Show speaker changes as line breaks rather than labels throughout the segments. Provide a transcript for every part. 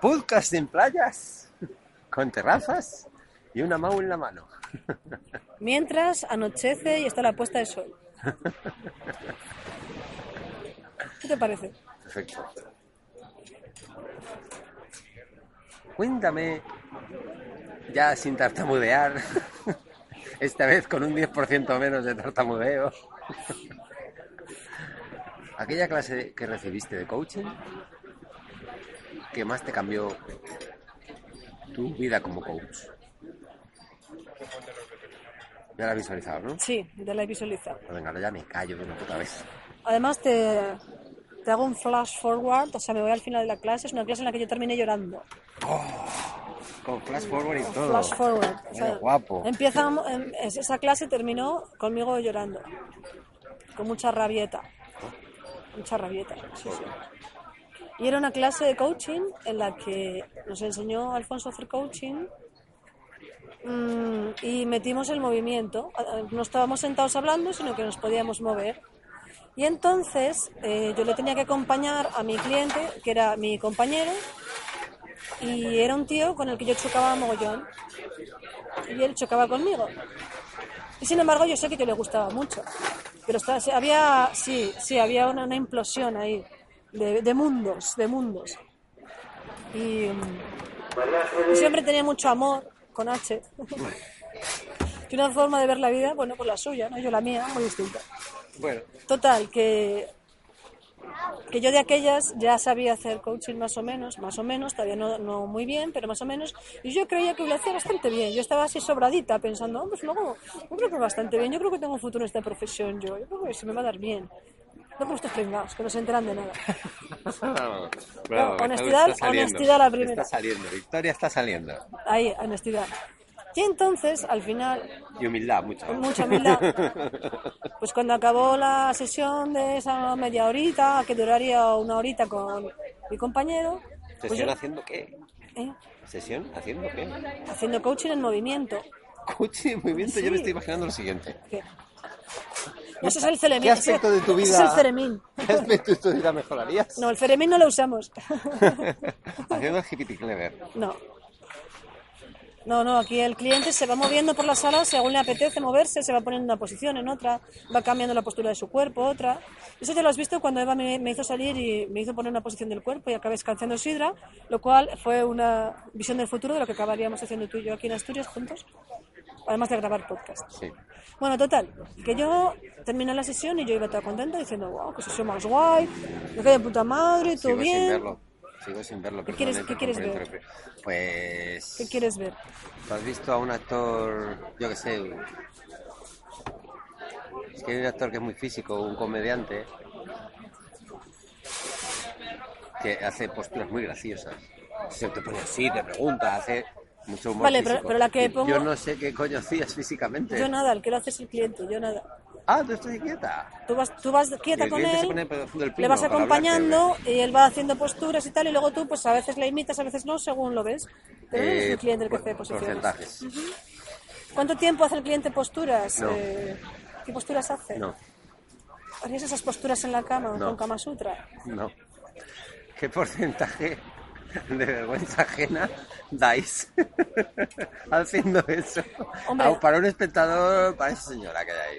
Podcast en playas, con terrazas y una mau en la mano.
Mientras anochece y está la puesta del sol. ¿Qué te parece?
Perfecto. Cuéntame, ya sin tartamudear, esta vez con un 10% menos de tartamudeo, aquella clase que recibiste de coaching que más te cambió tu vida como coach. Ya la has visualizado, ¿no?
Sí, ya la he visualizado.
Pues venga, ahora ya me callo de una puta vez.
Además, te, te hago un flash forward, o sea, me voy al final de la clase. Es una clase en la que yo terminé llorando.
Con flash forward y
Un
todo.
Flash forward. o
Bueno,
sea,
guapo.
empezamos- em- es- esa clase terminó conmigo llorando. Con mucha rabieta. Mucha rabieta. sí, sí. Y era una clase de coaching en la que nos enseñó Alfonso a hacer coaching. mm, y metimos el movimiento. Eh, No estábamos sentados hablando, sino que nos podíamos mover. Y entonces eh, yo le tenía que acompañar a mi cliente, que era mi compañero, y era un tío con el que yo chocaba mogollón. Y él chocaba conmigo. Y sin embargo, yo sé que yo le gustaba mucho. Pero está- sí, había, sí, sí, había una, una implosión ahí de, de mundos, de mundos. Y mm, siempre tenía mucho amor con H. Y una forma de ver la vida, bueno, pues la suya, ¿no? Yo la mía, muy distinta.
Bueno,
Total, que, que yo de aquellas ya sabía hacer coaching más o menos, más o menos, todavía no, no muy bien, pero más o menos. Y yo creía que lo hacía bastante bien. Yo estaba así sobradita pensando, "Ah, pues no, yo creo que bastante bien, yo creo que tengo un futuro en esta profesión, yo, yo creo que se me va a dar bien. No como estos pringados, que no se enteran de nada.
bravo,
bravo,
está-
honestidad-
está saliendo.
honestidad la primera.
Está saliendo, Victoria está saliendo.
Ahí, honestidad. Y entonces, al final,
Y humildad, mucha.
con mucha humildad, pues cuando acabó la sesión de esa media horita, que duraría una horita con mi compañero, pues yo-
¿Sesión haciendo qué?
¿eh?
¿Sesión haciendo qué?
haciendo coaching en movimiento.
Coaching, movimiento, yo me
Sí.
estoy imaginando lo siguiente.
Que- No, ese es el ceremín.
¿Qué aspecto de tu vida?
Ese es el ceremín.
¿Qué aspecto de tu vida Este mejorarías?
No, el ceremín no lo usamos.
haciendo el GPT Clever.
No. No, no, aquí el cliente se va moviendo por la sala según le apetece moverse, se va poniendo en una posición, en otra, va cambiando la postura de su cuerpo, otra. Eso ya lo has visto cuando Eva me, me hizo salir y me hizo poner una posición del cuerpo y acabé escanciando sidra, lo cual fue una visión del futuro de lo que acabaríamos haciendo tú y yo aquí en Asturias juntos, además de grabar podcasts.
Sí.
Bueno, total, que yo terminé la sesión y yo iba toda contenta diciendo, wow, que sesión más guay, me cae de puta madre, todo
Sigo sin
bien.
verlo. Sigo sin verlo.
¿Qué
perdón,
quieres-
eh,
qué
por
quieres
romper
ver?
el- Pues...
¿Qué quieres ver?
¿Tú has visto a un actor, yo que sé, un- es que hay un actor que es muy físico, un comediante, que hace posturas muy graciosas. Se te pone así, te pregunta, hace mucho humor
Vale, pero-
físico.
pero la que
Y
pongo-
Yo no sé qué coño hacías físicamente.
Yo nada, el que lo hace es el cliente, yo nada.
Ah, tú estás quieta.
Tú vas, tú vas
Y
quieta
el
con
cliente se
él,
pone por debajo del
le
pino
vas
para
acompañando y él va haciendo posturas y tal, y luego tú, pues a veces la imitas, a veces no, según lo ves. Pero
Eh,
es el cliente el que
por-
hace posiciones.
Porcentajes.
¿Cuánto tiempo hace el cliente posturas?
No.
Eh, ¿Qué posturas hace?
No,
¿Harías esas posturas en la cama
No.
con Kama Sutra?
no. ¿Qué porcentaje de vergüenza ajena dais haciendo eso?
Hombre.
Ah, Para un espectador, para esa señora que hay ahí.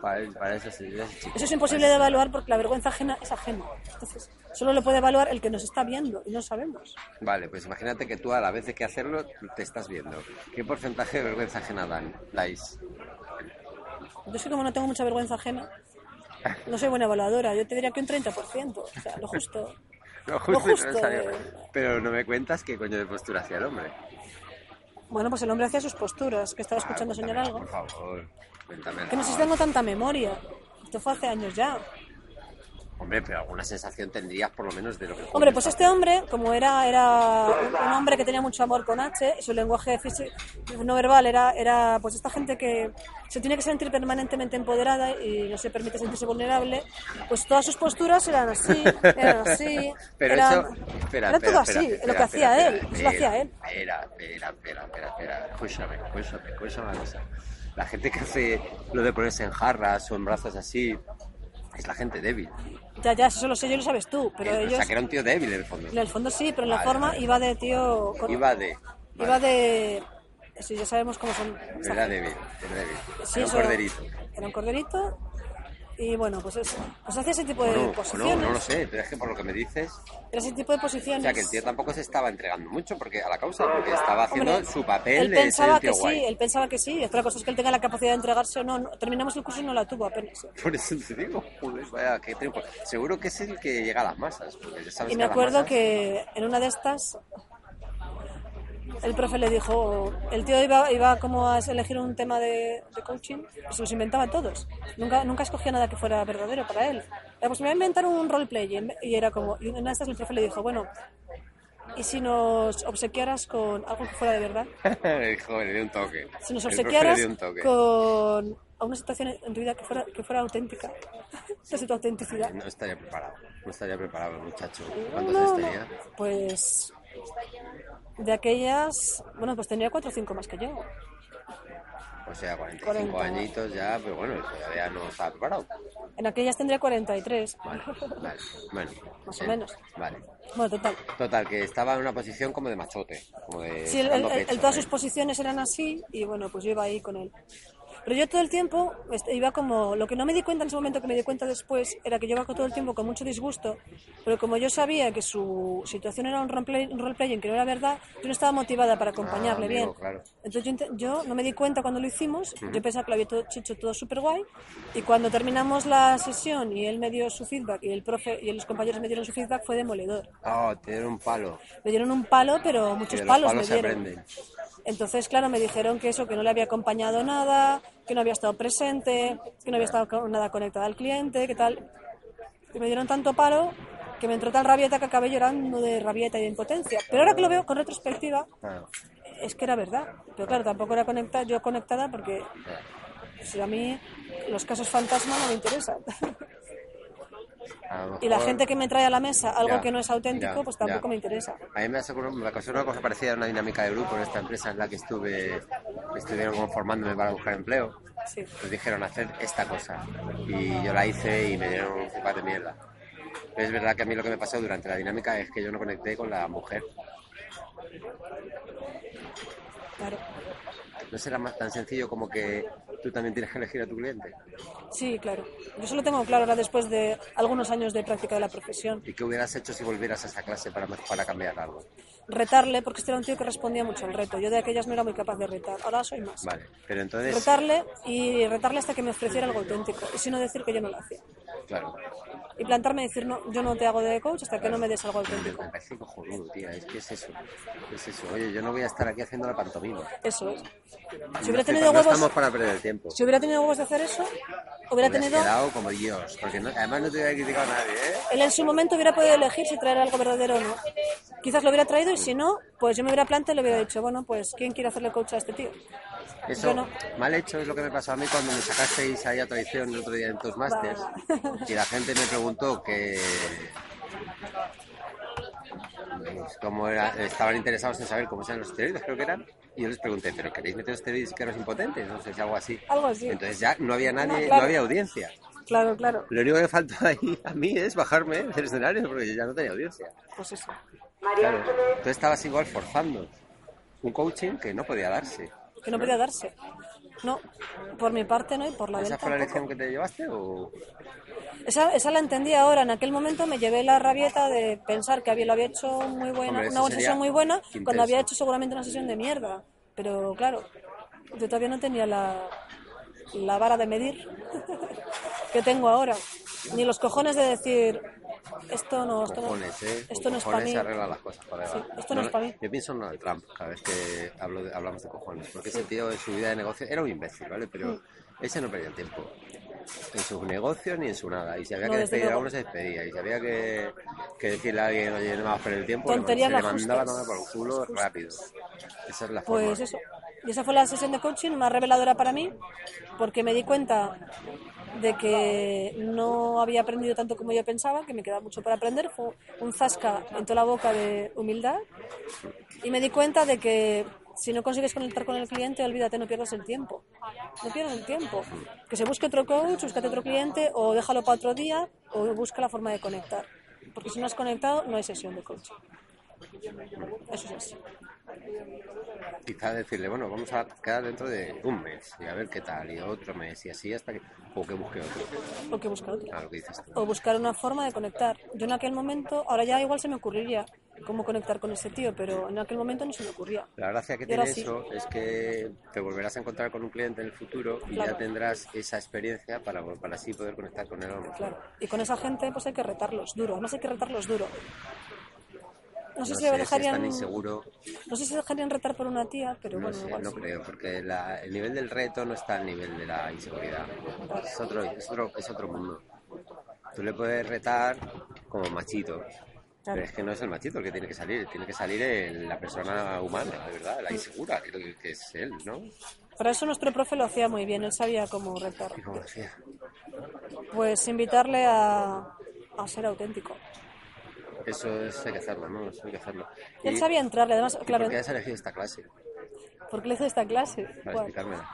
Para, para esa señora, ese chico.
Eso es imposible de evaluar porque la vergüenza ajena es ajena. Entonces, solo lo puede evaluar el que nos está viendo y no sabemos.
Vale, pues imagínate que tú a la vez de que hacerlo te estás viendo. ¿Qué porcentaje de vergüenza ajena dan, dais?
Yo soy como no tengo mucha vergüenza ajena, no soy buena evaluadora. Yo te diría que un 30%, o sea, lo justo.
Lo
Lo
y
justo,
necesario.
eh.
Pero no me cuentas qué coño de postura hacía el hombre.
Bueno, pues el hombre hacía sus posturas, que estaba escuchando
Ah,
soñar
cuéntamela,
algo.
Por favor, cuéntame.
Que no sé si tengo tanta memoria. Esto fue hace años ya.
Hombre, pero alguna sensación tendrías por lo menos de lo que...
Hombre,
coño
pues
estás
este hombre, como era, era un- un hombre que tenía mucho amor con H, y su lenguaje físico, no verbal era, era pues esta gente que se tiene que sentir permanentemente empoderada y no se permite sentirse vulnerable, pues todas sus posturas eran así, eran así,
Pero
eran-
eso. Espera, espera,
era todo
espera,
así,
espera,
lo
espera,
que
eh, espera,
hacía él, eso lo hacía él.
Espera, espera, espera, espera, espera. Escúchame, escúchame, escúchame una cosa. La gente que hace lo de ponerse en jarras o en brazos así, Es la gente débil.
Ya, ya, eso lo sé yo, lo sabes tú, pero
Eh,
ellos...
O sea, que era un tío débil en el fondo.
En el fondo sí, pero en la
Vale,
forma
vale.
iba de tío... con-
Iba de...
iba
vale,
de... Sí, ya sabemos cómo son...
pero Era débil, era débil.
Sí,
era un
eso-
corderito.
Era un corderito. Y bueno, pues eso. Pues hace ese tipo
O
de
no, o no,
posiciones.
no lo sé, pero es que por lo que me dices,
Era ese tipo de
o
posiciones.
sea, que el tío tampoco se estaba entregando mucho porque a la causa, porque estaba haciendo
Hombre,
su papel
él
de ser
pensaba
el tío
que
guay.
sí, él pensaba que sí. Otra cosa es que él tenga la capacidad de entregarse o no. No, Terminamos el curso y no la tuvo apenas. ¿eh?
Por eso te digo, joder, vaya, qué tiempo. Seguro que es el que llega a las masas, porque ya sabes
Y me
que a las
acuerdo
masas-
que en una de estas el profe le dijo, el tío iba, iba como a elegir un tema de, de coaching, y se los inventaba todos. Nunca, nunca escogía nada que fuera verdadero para él. Era, pues me voy a inventar un roleplay. Y en- Y era como, y en una de estas el profe le dijo, bueno, ¿y si nos obsequiaras con algo que fuera de verdad?
Hijo, le dio un toque.
Si nos
El profe
obsequiaras
le dio un toque.
con a una situación en tu vida que fuera, que fuera auténtica, desde tu autenticidad.
No estaría preparado, no estaría preparado el muchacho. ¿Cuántos
No,
años
no,
tenía?
Pues de aquellas, bueno, pues tenía cuatro o cinco más que yo.
O sea, 45
40.
añitos ya, pero bueno, eso todavía no estaba preparado.
En aquellas tendría 43.
Vale, vale, bueno.
Más o menos.
Vale.
Bueno, total.
Total, que estaba en una posición como de machote, como de...
Sí, el- el-
sacando
el-
pecho,
todas
¿eh?
sus posiciones eran así y bueno, pues yo iba ahí con él. Pero yo todo el tiempo este, iba como, lo que no me di cuenta en ese momento, que me di cuenta después, era que yo iba con- todo el tiempo con mucho disgusto, pero como yo sabía que su situación era un roleplay, un roleplay en que no era verdad, yo no estaba motivada para acompañarle
Ah, amigo,
bien.
claro.
Entonces yo, inte- yo no me di cuenta cuando lo hicimos, yo pensaba que lo había todo, hecho todo súper guay y cuando terminamos la sesión y él me dio su feedback y el profe y los compañeros me dieron su feedback fue demoledor.
Oh, te dieron un palo.
Me dieron un palo, pero
Que
muchos
de los
palos,
palos
me
se
dieron.
aprenden.
Entonces, claro, me dijeron que eso, que no le había acompañado nada, que no había estado presente, que no había estado con- nada conectada al cliente, que tal. Y me dieron tanto palo que me entró tal rabieta que acabé llorando de rabieta y de impotencia. Pero ahora que lo veo con retrospectiva,
Ah,
es que era verdad. Pero claro, tampoco era conecta, yo conectada porque
claro.
pues, a mí los casos fantasma no me interesan.
A lo
y la
mejor-
gente que me trae a la mesa algo
Ya,
que no es auténtico,
ya,
pues tampoco
ya.
me interesa.
A mí me aseguró, me pasó una cosa parecida a una dinámica de grupo en esta empresa en la que estuve, estuvieron conformándome para buscar empleo.
Sí.
Nos dijeron hacer esta cosa y yo la hice y me dieron un feedback de mierda. Pero es verdad que a mí lo que me pasó durante la dinámica es que yo no conecté con la mujer.
Claro.
No será más tan sencillo como que tú también tienes que elegir a tu cliente.
Sí, claro. Yo solo tengo claro ahora después de algunos años de práctica de la profesión.
¿Y qué hubieras hecho si volvieras a esa clase para, mej- para cambiar algo?
Retarle, porque este era un tío que respondía mucho al reto. Yo de aquellas no era muy capaz de retar. Ahora soy más.
Vale, pero entonces,
Retarle y retarle hasta que me ofreciera algo auténtico. Y si no decir que yo no lo hacía.
claro,
Y plantarme y decir, no, yo no te hago de coach hasta que no me des algo auténtico.
me parece cojonudo, tía, es que es eso, es eso. Oye, yo no voy a estar aquí haciendo la pantomima.
Eso es. Si
No
hubiera
estoy-
tenido
no estamos
huevos,
para perder el tiempo.
si hubiera tenido huevos de hacer eso, hubiera
Hubieras
tenido...
quedado como Dios, porque no- además no te voy a criticar a nadie, ¿eh?
Él en su momento hubiera podido elegir si traer algo verdadero o no. Quizás lo hubiera traído y si no, pues yo me hubiera planteado y le hubiera dicho, bueno, pues ¿quién quiere hacerle coach a este tío?
Eso,
Yo no.
mal hecho, es lo que me pasó a mí cuando me sacasteis ahí a traición el otro día en Toastmasters.
Va.
Y la gente me preguntó que. pues, cómo era, estaban interesados en saber cómo sean los esteroides, creo que eran. Y yo les pregunté, ¿pero queréis meter esteroides que eros impotentes? No sé, si algo así.
Algo así.
Entonces ya no había nadie, no,
No, claro.
había audiencia.
Claro, claro.
Lo único que faltó ahí a mí es bajarme del escenario porque yo ya no tenía audiencia.
Pues eso.
Claro, tú estabas igual forzando un coaching que no podía darse.
Que no podía darse. No, por mi parte no y por la de
¿Esa
él
fue la
tampoco.
lección que te llevaste o...?
Esa, esa la entendí ahora. En aquel momento me llevé la rabieta de pensar que había, lo había hecho muy buena,
Hombre, eso
una buena
sería
sesión muy buena,
intenso.
cuando había hecho seguramente una sesión de mierda. Pero claro, yo todavía no tenía la, la vara de medir que tengo ahora. Ni los cojones de decir, esto no, esto no-
cojones, ¿eh? Con
esto no es para
cojones
mí.
se arreglan las cosas, colega.
Sí, esto no es pa' mí.
Yo pienso en Donald Trump cada vez que hablo de- hablamos de cojones, porque ese tío en su vida de negocio era un imbécil, ¿vale?
Mm.
Pero ese no perdía tiempo en sus negocios ni en su nada. Y si había
No,
que
desde
despedir a
luego.
uno, se despedía. Y si había que, que decirle a alguien, oye, no me vas a perder el tiempo,
Tonterías
se le
las
mandaba a tomar
justas.
por el culo rápido. Esa es la forma.
Pues eso. Y esa fue la sesión de coaching más reveladora para mí, porque me di cuenta de que no había aprendido tanto como yo pensaba, que me quedaba mucho por aprender. Fue un zasca en toda la boca de humildad. Y me di cuenta de que si no consigues conectar con el cliente, olvídate, no pierdas el tiempo. No pierdas el tiempo. Que se busque otro coach, búscate otro cliente o déjalo para otro día o busca la forma de conectar. Porque si no has conectado, no hay sesión de coaching. Eso es así.
Quizás decirle, bueno, vamos a quedar dentro de un mes y a ver qué tal, y otro mes, y así hasta que. O que busque otro.
O que buscar otra.
Ah, lo que dices tú.
O buscar una forma de conectar. Yo en aquel momento, ahora ya igual se me ocurriría cómo conectar con ese tío, pero en aquel momento no se me ocurría.
La gracia que
Y ahora
tiene
sí.
eso es que te volverás a encontrar con un cliente en el futuro y
Claro.
ya tendrás esa experiencia para, para así poder conectar con él a lo mejor.
Claro. Y con esa gente pues hay que retarlos duro. Además hay que retarlos duro. No sé si
es
dejarían,
tan inseguro.
no sé si dejarían retar por una tía, pero
No
bueno,
sé,
igual
no
sí.
creo, porque la- el nivel del reto no está al nivel de la inseguridad. Es otro, es otro, es otro mundo. Tú le puedes retar como machito, pero es que no es el machito el que tiene que salir, tiene que salir el- la persona humana, de verdad, la insegura, que, lo- que es él, ¿no?
Para eso nuestro profe lo hacía muy bien, él sabía cómo retar.
Y como decía,
Pues invitarle a, a ser auténtico.
eso es, hay que hacerlo, ¿no? Eso hay que hacerlo. Y-
Él sabía entrarle, además,
¿y
claro,
¿Por qué has elegido esta clase?
¿por qué le hice esta clase?
Para
Bueno,
explicármela.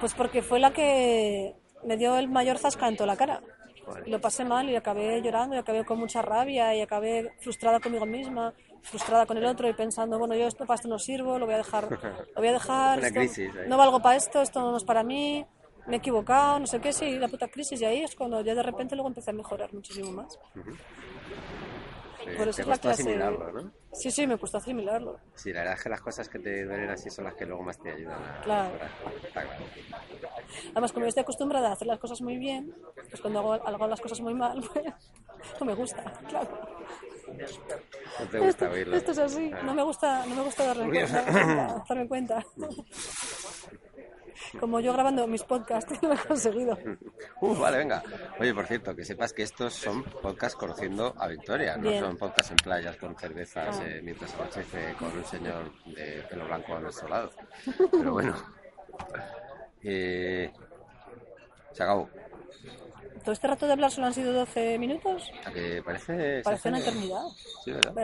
pues porque fue la que me dio el mayor zasca en toda la cara.
Joder.
Lo pasé mal y acabé llorando y acabé con mucha rabia y acabé frustrada conmigo misma, frustrada con el otro y pensando, bueno, yo esto para esto no sirvo, lo voy a dejar, lo voy a dejar,
Una
esto-
crisis ahí.
no valgo para esto, esto no es para mí, me he equivocado, no sé qué, sí, la puta crisis y ahí es cuando ya de repente luego empecé a mejorar muchísimo más.
Eh,
Por eso
te
es la
costó
clase-
asimilarlo, ¿no?
Sí, sí, me costó asimilarlo.
Sí, la verdad es que las cosas que te duelen así son las que luego más te ayudan a
Claro.
mejorar. Está claro.
Además, como yo estoy acostumbrada a hacer las cosas muy bien, pues cuando hago, hago las cosas muy mal, pues no me gusta, claro.
No te gusta
esto,
oírlo.
esto es así,
Ah.
no me gusta, no me gusta darme
Curiosa.
cuenta, darme cuenta. Como yo grabando mis podcasts, no lo he conseguido.
Uf, vale, venga. Oye, por cierto, que sepas que estos son podcasts conociendo a Victoria,
Bien.
no son podcasts en playas con cervezas eh, mientras anochece con un señor de pelo blanco a nuestro lado. Pero bueno. Eh, se acabó.
Todo este rato de hablar solo han sido 12 minutos,
¿A que parece? se
parece una
hace-
eternidad.
Sí, ¿verdad?